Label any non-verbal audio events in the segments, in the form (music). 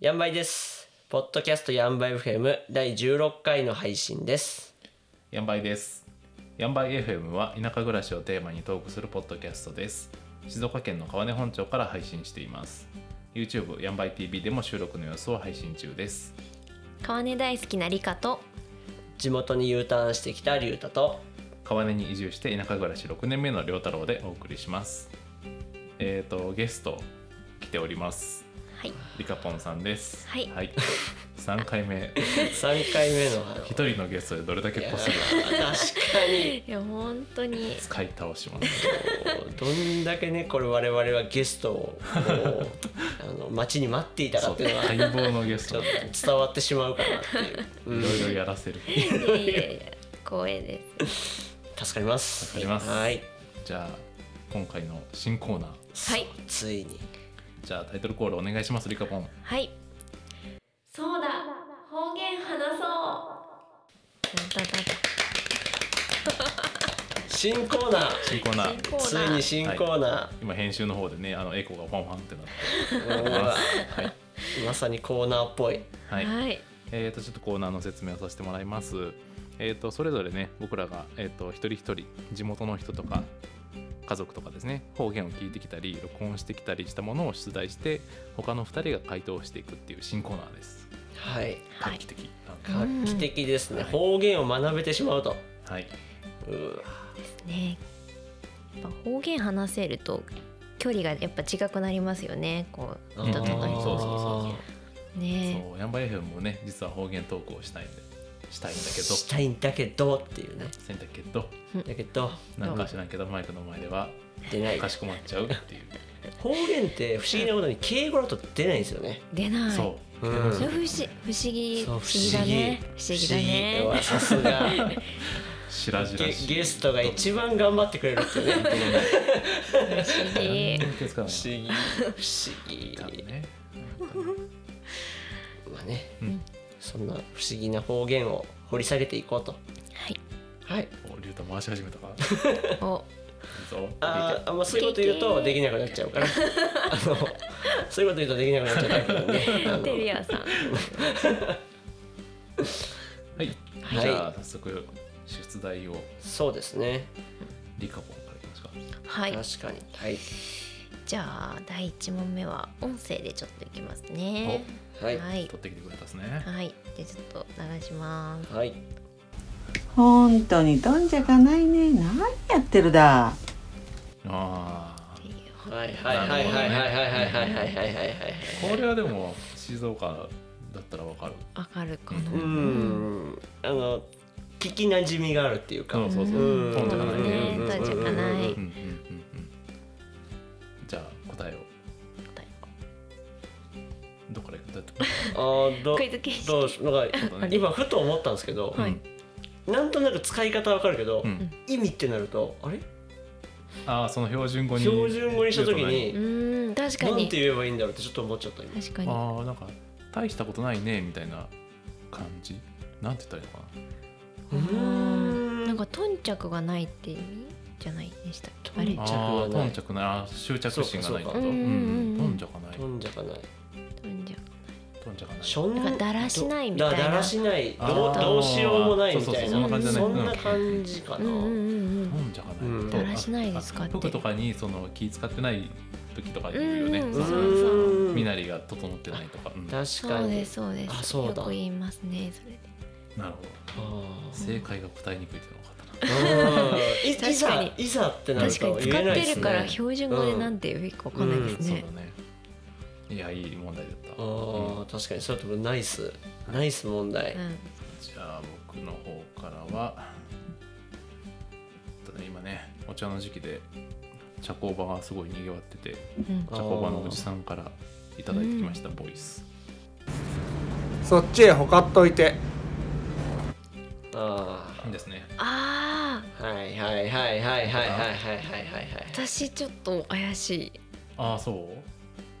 ヤンバイです。ポッドキャストヤンバイ FM 第16回の配信です。ヤンバイです。ヤンバイ FM は田舎暮らしをテーマにトークするポッドキャストです。静岡県の川根本町から配信しています。YouTube ヤンバイ TV でも収録の様子を配信中です。川根大好きなリカと地元に U ターンしてきたリュウタと、川根に移住して田舎暮らし6年目の良太郎でお送りします。えっ、ー、とゲスト来ております。はいリカポンさんです。はいはい、3回目。 3回目の。一人のゲストでどれだけいやポ確スがかに。いや本当に使い倒します。どんだけね、これ我々はゲストをこ (laughs) うあの待ちに待っていたかそっうていうのは、待望のゲスちょトっでと伝わってしまうかなっていう。ういんろいろやらせる。いやいやいや光栄で助かります。助かりますはい。じゃあ今回の新コーナー。すはいついに。じゃあタイトルコールお願いしますリカポン。はいそうだ方言話そうだだだ新コーナー。新コーナー。新コーつナーいに新コーナ今編集の方でねあのエコーがファンファンってなっー。てうわはい。まさにコーナーっぽい。はい。はいえーとちょっとコーナーの説明をさせてもらいます。えーとそれぞれね僕らがえーと一人一人地元の人とか家族とかですね方言を聞いてきたり録音してきたりしたものを出題して他の二人が回答していくっていう新コーナーです。はい。はい画期的。画期的ですね、うん方言を学べてしまうとはい。うわねやっぱ方言話せると距離がやっぱ違くなりますよねこう人とのあーそうそう人ねそうヤンバイ FM もね実は方言投稿したいんでしたいんだけど。したいんだけどっていうねせんだけどだけどなんか知らんけどマイクの前では出ないかしこまっちゃうっていう方言って不思議なことに敬語だと出ないんですよね出ないそうう、んそれ不思不思議不そう思議だね不思議だね不思議さす (laughs) がしらじらゲしいゲストが一番頑張ってくれるっていうね不思議何気づかな不い思議不多思分議ねまあね、うんそんな不思議な方言を掘り下げていこうとはいはいおリュウタ回し始めた (laughs) かいおいぞあーあんまそういうこと言うとできなくなっちゃう (laughs) からあのそういうこと言うとできなくなっちゃうタイプなんであのテリアさんははい、いじゃあ早速出題をそうですねリカポンからいきますかはい確かにはいじゃあ第一問目は音声でちょっといきますね。はいは、はいい取ってきてくれたですねはい。でちょっと流します。本当にどんじゃかないね何やってるだあっていうはいはいはいはいはいはいはいはいはいはいはいーこれはでも静岡だったらわかるわかるかうな。んあの聞きなじみがあるっていうか、そうそうそううんトンじゃかないね。うんトンじゃかなうん。いうんうんうんじゃあ答えを答えどっからいくどうやってあーどクイズ形式どうしなんかそうだね今ふと思ったんですけど、はいなんとなく使い方はわかるけど、うん意味ってなるとあれああその標準語に標準語にした時に、うん確かなんにて言えばいいんだろうってちょっと思っちゃった今確かに。ああなんか大したことないねみたいな感じなんて言ったらいいのかうーんなんか頓着がないって意味じゃないでしたっけ。あれ頓な着あはあない頓着ないあー執着心がないそうとかそううかんうんうん頓着がないとんじゃかない頓着。頓着がないしょんなんかだらしないみたいなだだらしないあどうーどうしようもないみたいそうなそうそうそそんんなな感感じかうな、んうんうんうん。頓着がうなんいだらしないですかって服とかにその気使ってない時とか言うよねうんそうのんうーん身なりが整ってないとかうんなる確かそうでにすそうであす。そうよだく言いますねそれで。ほどあー正解が答えにくいっていうのが分かったなうんいい確ざかにいざってなる確かとに使言えっないてでるすからね標準語でなんて言うかわかんないですそうね。だねいやいい問題だったあうんー確かにそれともナイスナイス問題うん。じゃあ僕の方からは、えっとね、今ねお茶の時期で茶工場がすごい賑わっててうん茶工場のおじさんからいただいてきましたボイスそっちへほかっといてあですねああーはいはいはいはいはいはいはいはいはいは私ちょっと怪しいああそう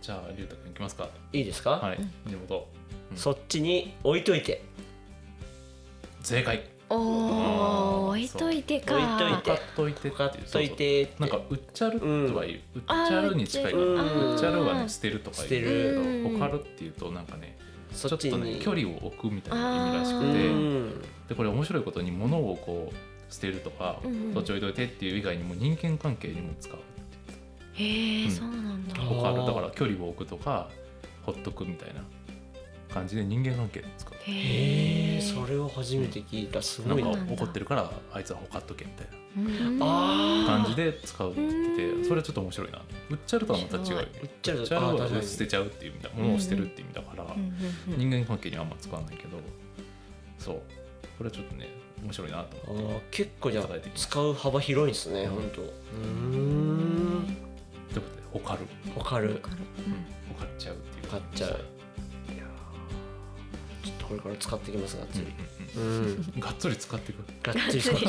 じゃあ龍太君いきますかいいいですか、はい地元そっちに置いといて正解おお置いといてか置いとい買てっといて買っっていうといてってそうそうなんかうっちゃるとは言う、うっちゃるに近いかなあーうっちゃるうっちゃるはね捨てるとか捨言うてけるどほかるっていうとなんかねちそょっっとちねに距離を置くみたいな意味らしうくて。んでこれ面白いことに物をこう捨てるとか、うんうんそっち置いといてっていう以外にも人間関係にも使うへうえんそうなんだあー他あるだから距離を置くとかほっとくみたいな感じで人間関係にも使うへへええそれを初めて聞いたすなごいんなかそうなんだ怒ってるからあいつはほかっとけみたいあなー感じで使うって言ってうんてそれちょっと面白いなうっちゃるとはまた違うよねうっちゃうるっちゃとるあはー確かうに捨てちゃうっていう意味だ物を捨てるっていう意味だから、人間関係にはあんま使わないけどそうこれはちょっとね面白いなとあ思ってー結構じゃあ使う幅広いんですね本当うーんということでほかるわかるほかっちゃうっていうわかっちゃうちょっとこれから使っていきますがっつりうんうんうんうんがっつり使っていくがっつ (laughs) り使って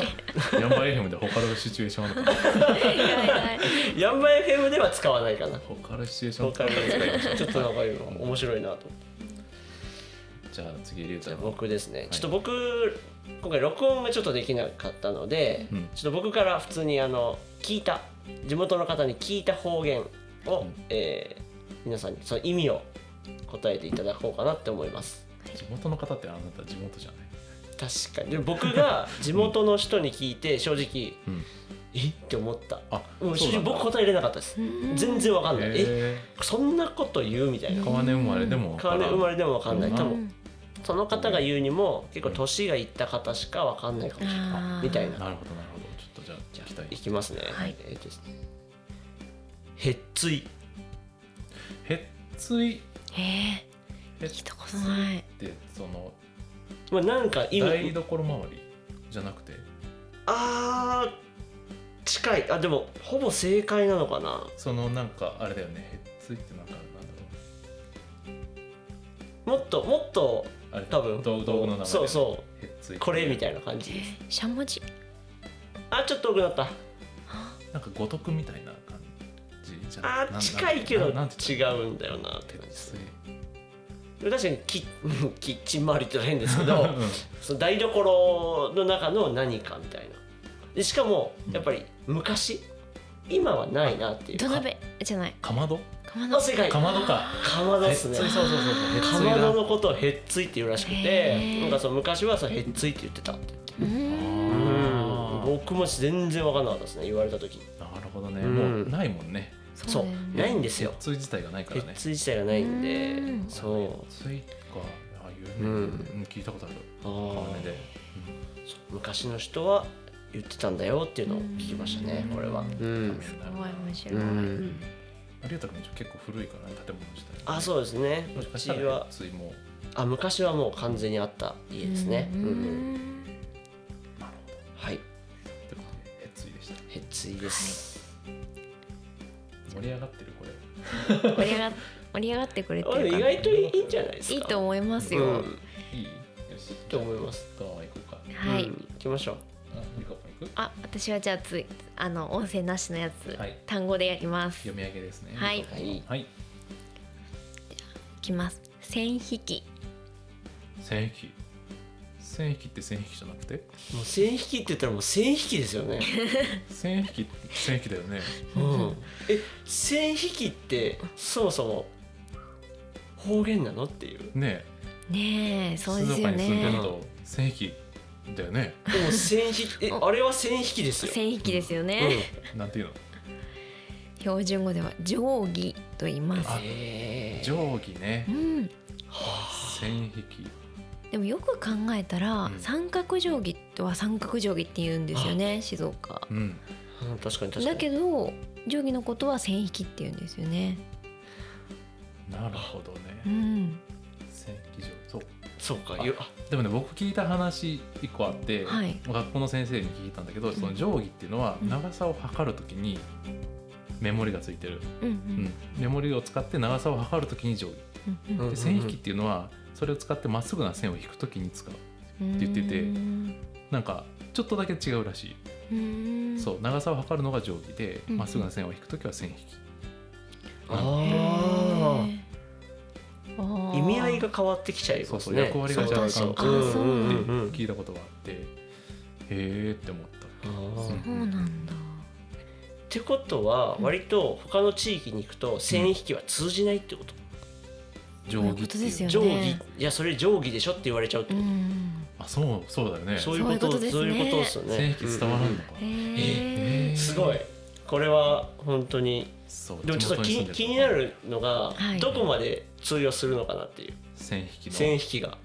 ヤンバー FM で他のシチュエーションあるから (laughs) ヤンバー FM では使わないかな他のシチュエーション今回は使いましたちょっとなんか今ん面白いなとじゃあ次リュウちじゃゃんあ僕ですねちょっと僕今回録音がちょっとできなかったのでうんちょっと僕から普通にあの聞いた地元の方に聞いた方言をんえー皆さんにその意味を答えていただこうかなって思います地元の方ってあなた地元じゃない確かにで僕が地元の人に聞いて正直うんえって思ったあもう正な直んだ僕答えれなかったです全然わかんないえへそんなこと言うみたいえな川根生まれでも川根生まれでもわかんないうん多分その方が言うにも結構年がいった方しかわかんないかもしれないみたいなるほどなるほどちょっとじゃあじゃ聞きたあいいきますねはいえっとですねへっついへっついへえへっ聞いたことないてそのまあなんか今台所周りじゃなくてあー近いあでもほぼ正解なのかなそのなんかあれだよねへっついってなんかなんだもっともっとろうあれ多分道道具の名前そうそううへっついこれみたいいな感じですしゃもじあちょっと多くなったななんか五徳みたいな感じじゃなあいなん近いけど違なんなんて言ったうんだよなってへっ感じですつい確かにキ (laughs) キッチン周りって言ったら変ですけ (laughs) どうんその台所の中の何かみたいなでしかもやっぱり昔、今はないなっていう土鍋じゃないかまどかまあど世界かかまどかまどっへっすついねそうそうそうそうへっつかいだまどのことをへっついって言うらしくへてーなんかその昔はそのへっついって言ってたって言ってあうんうんー僕も全然分かんなかったですね言われた時なるほどね、うんもうないもんねそうないんですよ鉄自体がないかへっらねつい自体がないんでうんそう鉄かあ有名、うんうん聞いたことあるあ川ー根でそう昔の人は言ってたんだよっていうのを聞きましたねこれはうんすごい面白ういん有田君も結構古いからね建物自体あそうですねもしかうしちたらは鉄もあ昔はもう完全にあった家ですね。ううんんうんなるほどはい、ということで鉄でしたへっついです。盛り上がってるこれ盛り上がっ盛り上がってくれてある意かな外といいんじゃないですか。いいと思いますうよ、んいいよしと思いますじゃあ行こうかはい、うん行きましょう。あリカポン行くあ私はじゃあついあの音声なしのやつ、はい単語でやりますい読み上げですねはいリカポンのはいきます線匹線匹線匹って線匹じゃなくてもう線引きって言ったらもう線引きですよ (laughs) ね。線匹線匹だよねうん、え線引きってそもそも方言なのっていう。ねえねえそうです静よ岡に住んでるねと線匹だよねでも線引きえあれは線引きですよ。線匹ですようんね、。なんていうの標準語では定規と言いますえ定規ねうん線匹でもよく考えたら、うん三角定規とは三角定規って言うんですよね静岡うんーうん確かに確かに。だけど定規のことは線匹って言うんですよねなるほどうねん線匹定規そうそうか。よあでもね僕聞いた話一個あって、はい学校の先生に聞いたんだけどその定規っていうのはうん長さを測るときにメモリがついてる、うんうんうんメモリを使って長さを測るときに定規うんうんうんで線引きっていうのはそれを使ってまっすぐな線を引くときに使うって言っててうんなんかちょっとだけ違うらしい、うんそう長さを測るのが定規でうんまっすぐな線を引くときは線引き、ああー。意味合いが変わってきちゃいますね。そうそう役割がそう若そう干あー変そわううるんっうんうんて聞いたことがあって、えって思ったうんっそうなんだてことはうん割と他の地域に行くと線引きは通じないってこと、定そういう規こってというですよね定規いやそれ定規でしょって言われちゃうってうこと、んあそうそうだよねそういうことそそうういいううこでこととですすよね線引き伝わらんのか、へええすごいこれは本当にそうでもちょっと地気に元住んで気になるのが、はいどこまで通用するのかなっていう線引きの線引きが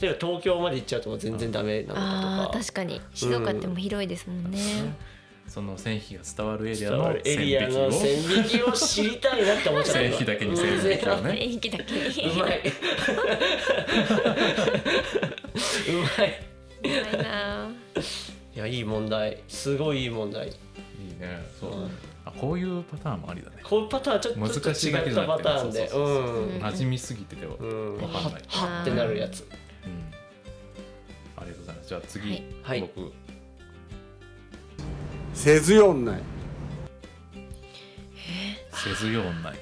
例えば東京まで行っちゃうともう全然ダメなのあかーとか確かに静岡っても広いですもんね、 (laughs) その線引きが伝わるエリア伝わのるエ線リア引き (laughs) をの線引きを知りたいなって思っちゃった線引きだけ (laughs) に線引きをね演劇だけうまい (laughs) うまいうまいなあいやいい問題すごいいい問題いいねそう、うんあこういうパターンもありだねこういうパターンはちょっと難しいだけ違っじたゃなパくてターンでそうそうそうううんん馴染みすぎてては、うんわかんないはっってなるやつうんありがとうございますじゃあ次、はいはい僕せずよんないせずようない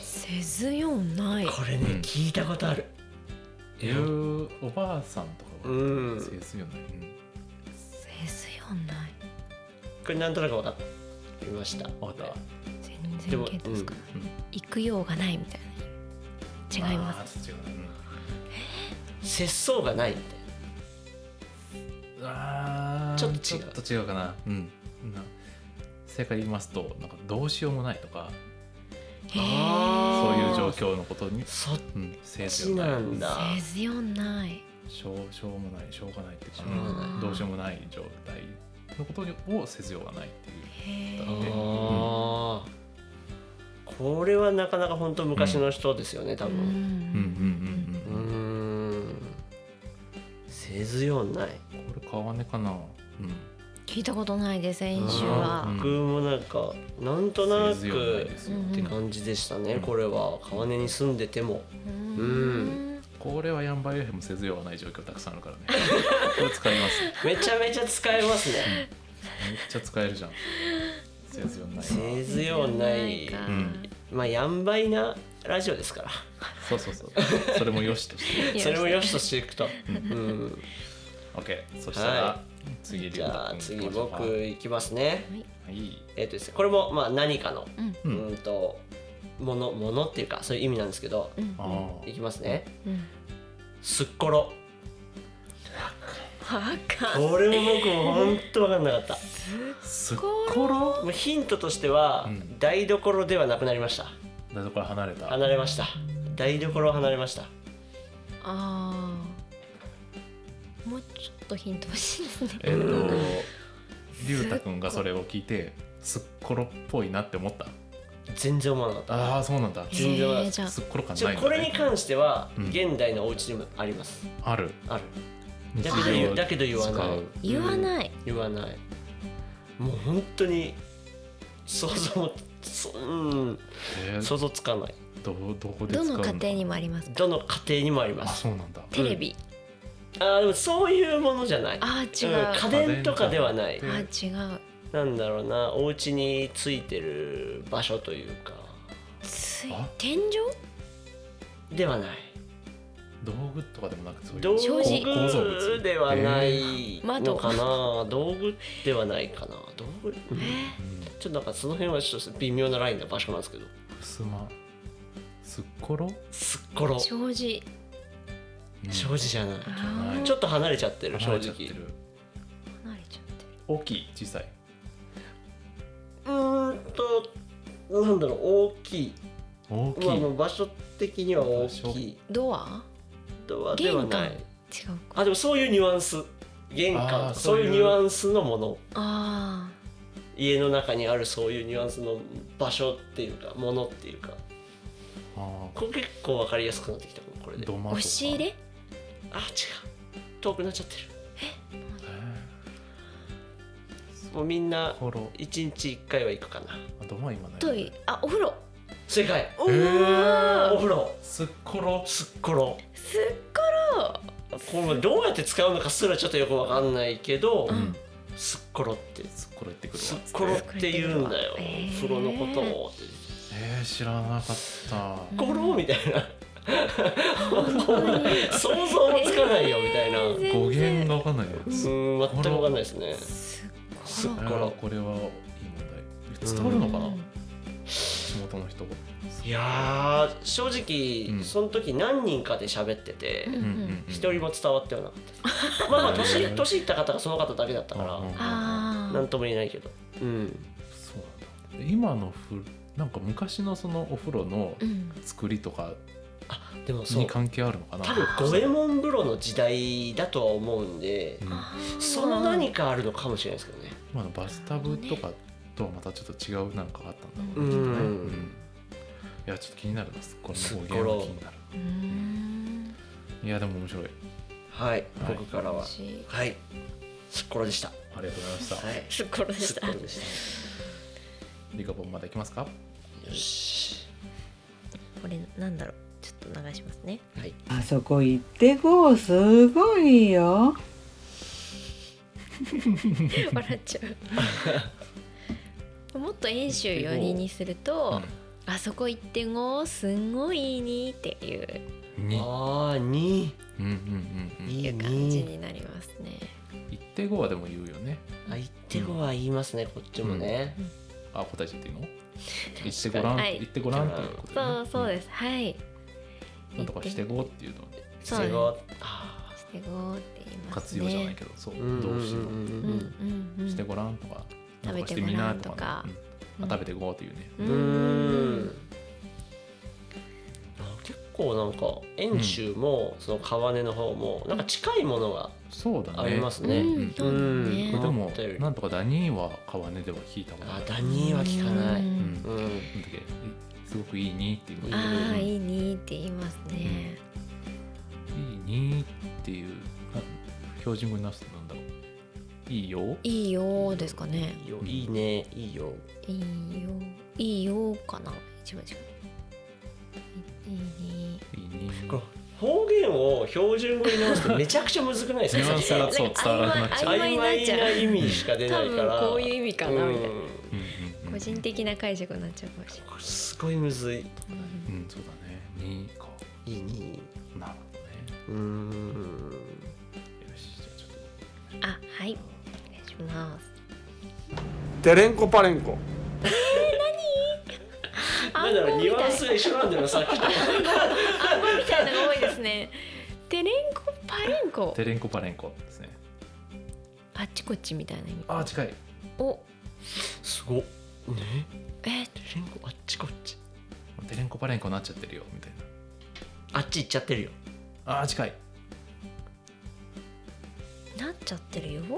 せずようないこれね、うん聞いたことあるいうおばあさんとかうは、んせずようない、うんせずようないこれなんとなく分かりましたわかった全でも然見当つかない、うんうん行くようがないみたいな違いますす違うなうん節操がないみたいなあーちょっと違うちょっと違うかなうんな正解言いますとなんかどうしようもないとかへあえそういう状状況のことに、そっうん、せちなんだせずようないしょうしょうもないしょうがないっていうか、しょうがないどうしようもない状態のことをせずようがないっていうへえあうんーこれはなかなか本当昔の人ですよね、多う分うんうーんせずようないこれ川根かなうん聞いたことないです演習はうん僕もなんかなんとなせずようないくですようんって感じでしたね、うんこれは川根に住んでてもうんうんこれはヤンバイオヘムせずようがない状況たくさんあ (laughs) るからねこれ使いますめっめちゃめちゃ使えますねちゃ使えるじゃんせずようないせはずようないかうんまあやんばいなラジオですからそうそうそうそれもよしとしてそれも良しとしていくと、うん、 OK そしたら、は次じゃあ次龍太君行きましょうか僕いきますねはいえっ、とですねこれもまあ何かのうんううんんとものものっていうかそういう意味なんですけどうんあーいきますねうんすっころわかんこれも僕も本当分かんなかったすっころもうヒントとしては、うん台所ではなくなりましただとこれ離れた離れました台所を離れましたあーもうちょっとヒント欲しいですねえっ、と龍太君がそれを聞いてすっころっぽいなって思った全然思わなかったああそうなんだ全然へーじゃあすっころ感ちょないんだ、ね、これに関しては、うん現代のお家にもありますあるあるだけど言うだけど言わ使ないう言わい、ない言わないもう本当に想像もそ、うん、えー想像つかないどどこで使どうのの家庭にもありますどの家庭にもありまあすそうなんだテレビあーでもそういうものじゃないあー違うんう家電とかではない家電あー違うなんだろうなお家についてる場所というかついあ天井ではない道具とかでもなくそういう道障子具ではない窓のかな道具ではないかな道具、うんえうんちょっとなんかその辺はちょっと微妙なラインな場所なんですけどふすますっころ、すっころー障障子うん子じゃないあーちょっと離れちゃってる正離れちゃって直る離れちゃってる大きい小さいうーんとなんだろう大きい大きいまあもう場所的には大場き所いドアとはではない玄違うかあでもそういうニュアンス玄関あーとかそういうそうニいうュアンスのものあ家の中にあるそういうニュアンスの場所っていうかものっていうかあこれ結構わかりやすくなってきたかもこれーで土間ーとか押し入れあ違う遠くなっちゃってえーるもうみんなころ一日一回は行くかなあ土間今ないトイレあお風呂正解うわおー風呂すっころすっころすっごろこれどうやって使うのかすらちょっとよくわかんないけど、うんすっころってすっころ行ってくるわすっころって言うんだよえー風呂のことをえー、知らなかった (laughs) ゴロみたいな本当に想像もつかないよみたいな。う語源がわかんないよん全くわかんないですね。すっすっあらこれはいい問題伝わごいるのかな、地元の人がいやー正直、うんその時何人かで喋っててうんううんんうんうん一、人も伝わってはなかったです。まあまあ年年いった方がその方だけだったかうんうんらあなんとも言えないけど。うん。そうなんだ今のふなんか昔のそのお風呂のーうん作りとかでもそうに。関係あるのかな多分五右衛門風呂の時代だとは思うんで、うんその何かあるのかもしれないですけどね。今のバスタブとかとはまたちょっと違うなんかがあったんだろううんね、きっとねうんいやちょっと気になるなこの語源は気になるうーんいやでも面白いはい、僕からは美味しいはい、すっころでした。はありがとうございました、い、すっころでしすったころでした。リカボンまだいきますかよし。 (laughs) これなんだろうちょっと流しますねはい。あそこ行ってこうすごいよ笑っちゃうもっと演習寄りにすると、あそこ行ってごすんごいいいにっていうにああ、に、うんうんうんうんいいいう感じに。になりますね一定後はでも言うよねあ、言ってごは言いますね、こっちもね。あ答えちゃっていいの言ってごらん、はい言ってごらんということそうそうすです、はいなんとかしてごっていうのをそうすごい。あしてごって言います活ね用じゃないけどそうーうん動詞のうんんうんうんしてごらんとか食べてごらんなんかしとかてみなとかねうんあ食べてごっていうねううんん。うん。あ結構なんか遠州もその川根の方もなんか近いものがそうだねありますうね。んそうだねでうんも思ったよりなんとかダニーは川根では聞いたことああるダニーは聞かない。ううんんうん。なんだっけすごくいいにっていうことああいいいいにって言いますね、にっていうな標準語になすとなんだろういいよいいよーですかねいいよいいねいいよ。いいよいいよーかな一番違ういいにいいにこれ方言を標準語に直すとめちゃくちゃむずくないですニかュアンスがそう伝わらなくなっちゃう曖曖昧昧になっちゃうな意味しか出ないから多分こういう意味かなみたいなうんうんうん個人的な解釈になっちゃうかもしれこれすごいむずいない、うんそうだねにかいいになるほどねうーんよしじゃあちょっとあはいお願いしますテレンコパレンコなんだろうニュアンスみが一緒なんだよなさっきとたいなのが多いです (laughs) ねテレンコパレンコテレンコパレンコですねあっちこっちみたいな意味あー近いおすごっねテえレンコあっちこっちテレンコパレンコになっちゃってるよみたいなあっち行っちゃってるよあー近いなっちゃってるよテ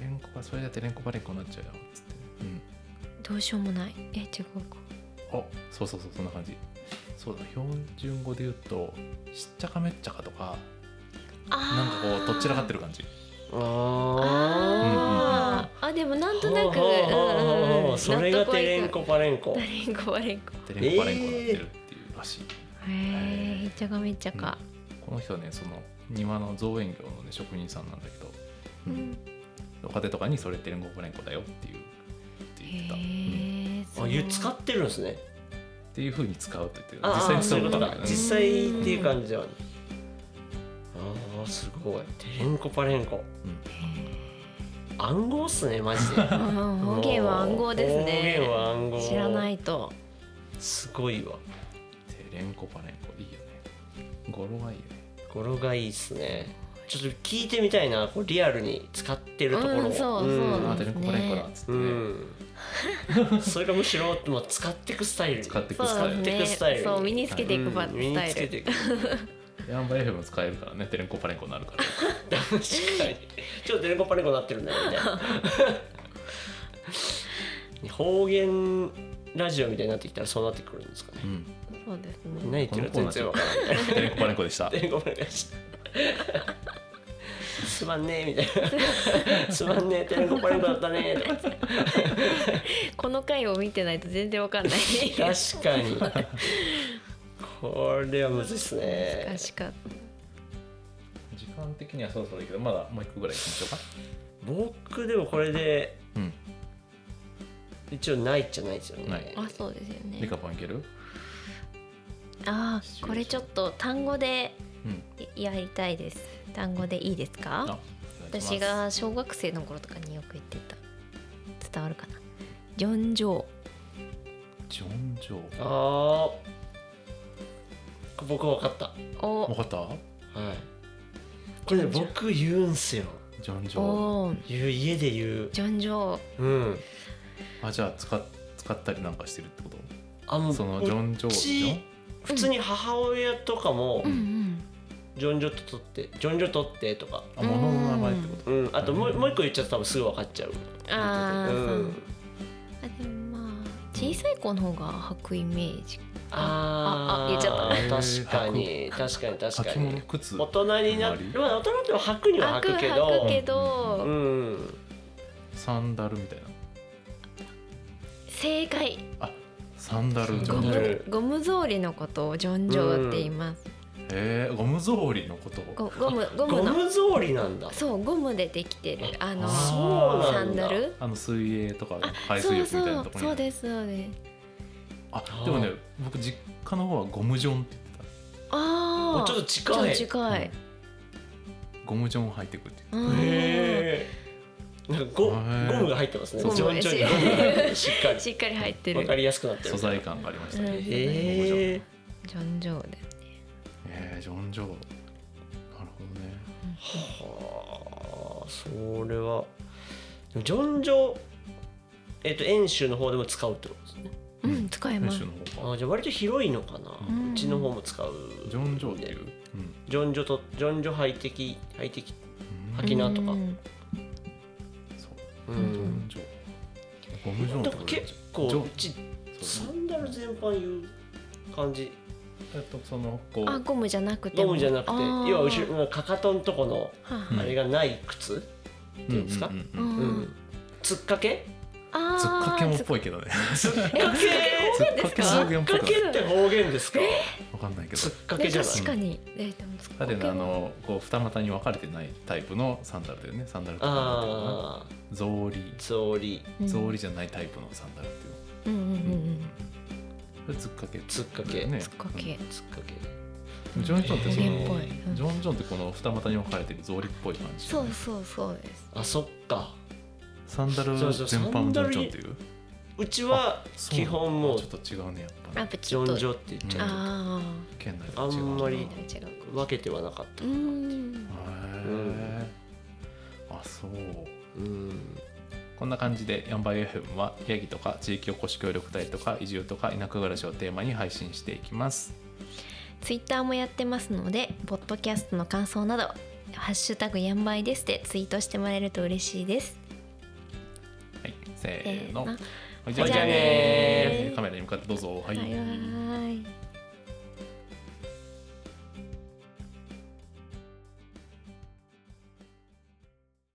レンコパそれじゃテレンコパレンコになっちゃうよつってどうしようもないえ違うかうんあそうそうそうそんな感じそうだ標準語で言うとしっちゃかめっちゃかとかなんかこうどっちらかってるる感じあー、あでもなんとなくほうほうほうほううんうんうんそれがテレンコパレンコ納得はいくテレンテレンコパレンココパレンコになってるっていうらしい、へえひっちゃかめっちゃか、この人はねその庭の造園業の、ね、職人さんなんだけど、ううんん、若手とかにそれテレンコパレンコだよっていうって言ってた、うんへえあゆ使ってるんですねっていうふうに使うと言ってるあー実際に使そうういうここととなんだかけどね実際っていう感じではああすごいテレンコパレンコ暗号っすねマジで (laughs) 方言は暗号ですね方言は暗号知らないとすごいわテレンコパレンコいいよね語呂がいいよね語呂がいいっすねちょっと聞いてみたいなこうリアルに使ってるところを、うんそうそうあなーんテレンコパレンコだっつってうね、ん、それがむしろもう使っていくスタイルに使っていそくスタイルうテクでスすタイねルそう身につけていくパうスん身タにつイけルていくヤンバー F も使えるからねテレンコパレンコになるから確かにちょっとテレコパレコなってるんだよみたいな方言ラジオみたいになってきたらそうなってくるんですかねうんそうですね何言ってるか全然わからないテレンコパレンコで (laughs) したテレコパレコすまんねえみたいなすまんねえテレコパレコだったねとかこの回を見てないと全然わかんない確かにこれはむずいっすね難しかっ時間的にはそろそろいいけどまだもう一個ぐらい行きましょうか僕でもこれでうん一応ないっちゃないですよねないたあそうですよリねカポンいけるああこれちょっと単語でうんやりたいです単語でいいですかあお願いします私が小学生の頃とかによく言ってた伝わるかなジョンジョージョンジョーああ僕分かった分おかったはいこれねジョンジョー僕言うんすよジョンジョーおー言う家で言うジョンジョーうんあじゃあ使っ使ったりなんかしてるってことあのそのジョンジョーうち普通に母親とかも、うんうんジョンジョット取ってジョンジョ取ってとかあ物の名前ってことうんあともうもう一個言っちゃうと多分すぐ分かっちゃうあー、うそうんあでもまあ小さい子の方が履くイメージあああ言っちゃった確かに確かに確か履に物靴大人になっ周りまあ大人っても履くには履くけど履くけうど、んサンダルみたいな正解あサンダルサンゴダルムゴム草履のことをジョンジョーって言います、えー、ゴム草履のことゴゴムゴムゴのム草履なんだそうゴムでできてるあのあそうなんだサンダルあの水泳とか海水そう浴みたいそなうところにそうですそうですあでもね僕実家の方はゴムジョンって言ってあおあちょっと近いちょっと近たい、ゴムジョン履いてくってうんへえなんかゴへーゴムが入ってますねそうジョンジョンにゴムが入ってるしっかしっかり入ってりる分かりやすくなってる素材感がありましたうねん、へえジョンジョーでえー、ジョンジョーなるほどねはあそれはでもジョンジョえっと遠州の方でも使うってことですねうん、使え選ま手すの方あかーじゃあ割と広いのかな、ううんちの方も使うジョンジョーっていう、うんジョンジョとジョンジョハイテキハイテキう履ん、きなとかうんそううジョんンジョーゴムジョンっなてんかこと結ジョン構うちそサうンダル全般言う感じえっとそのこあうゴムじゃなくてゴもムじゃなくてあー要は後ろかかとのとこのはうんあれがない靴っていうんですかうんうんうんあうんうん、つっかけあつっかけもっつぽいけどね (laughs) つっかけつっかけ方言っぽつっくかなけいって方言ですかわかんないけどつっかけじゃねない確かにえでもつっだかってけねあのこう二股に分かれてないタイプのサンダルだよねサンダルとかなんていうのかああな草履草履うん草履じゃないタイプのサンダルっていううんうんうんうんそれつっかけつっかけだよねつっかけつっかけうんジョンジョンってその方言っぽいうんジョンジョンってこの二股に分かれてる草履っぽい感じそうそうそうですあそっかサンダル全そうそうサ般ンジダョンルジョンっていううちはそう基本もうちょっと違うねやっぱねやっぱちジょっョとンジョって言っちゃうあ県内あと違うんまあり違う分けてはなかったうへんえあそううんこんな感じで4倍 FM はヤギとか地域おこし協力隊とか移住とか田舎暮らしをテーマに配信していきます。ツイッターもやってますのでポッドキャストの感想など「ハッシュタグやんばいです」でツイートしてもらえると嬉しいですはい、せーの。せーのはいじゃあじゃあねねーカメラに向かってどうぞ。ははいはい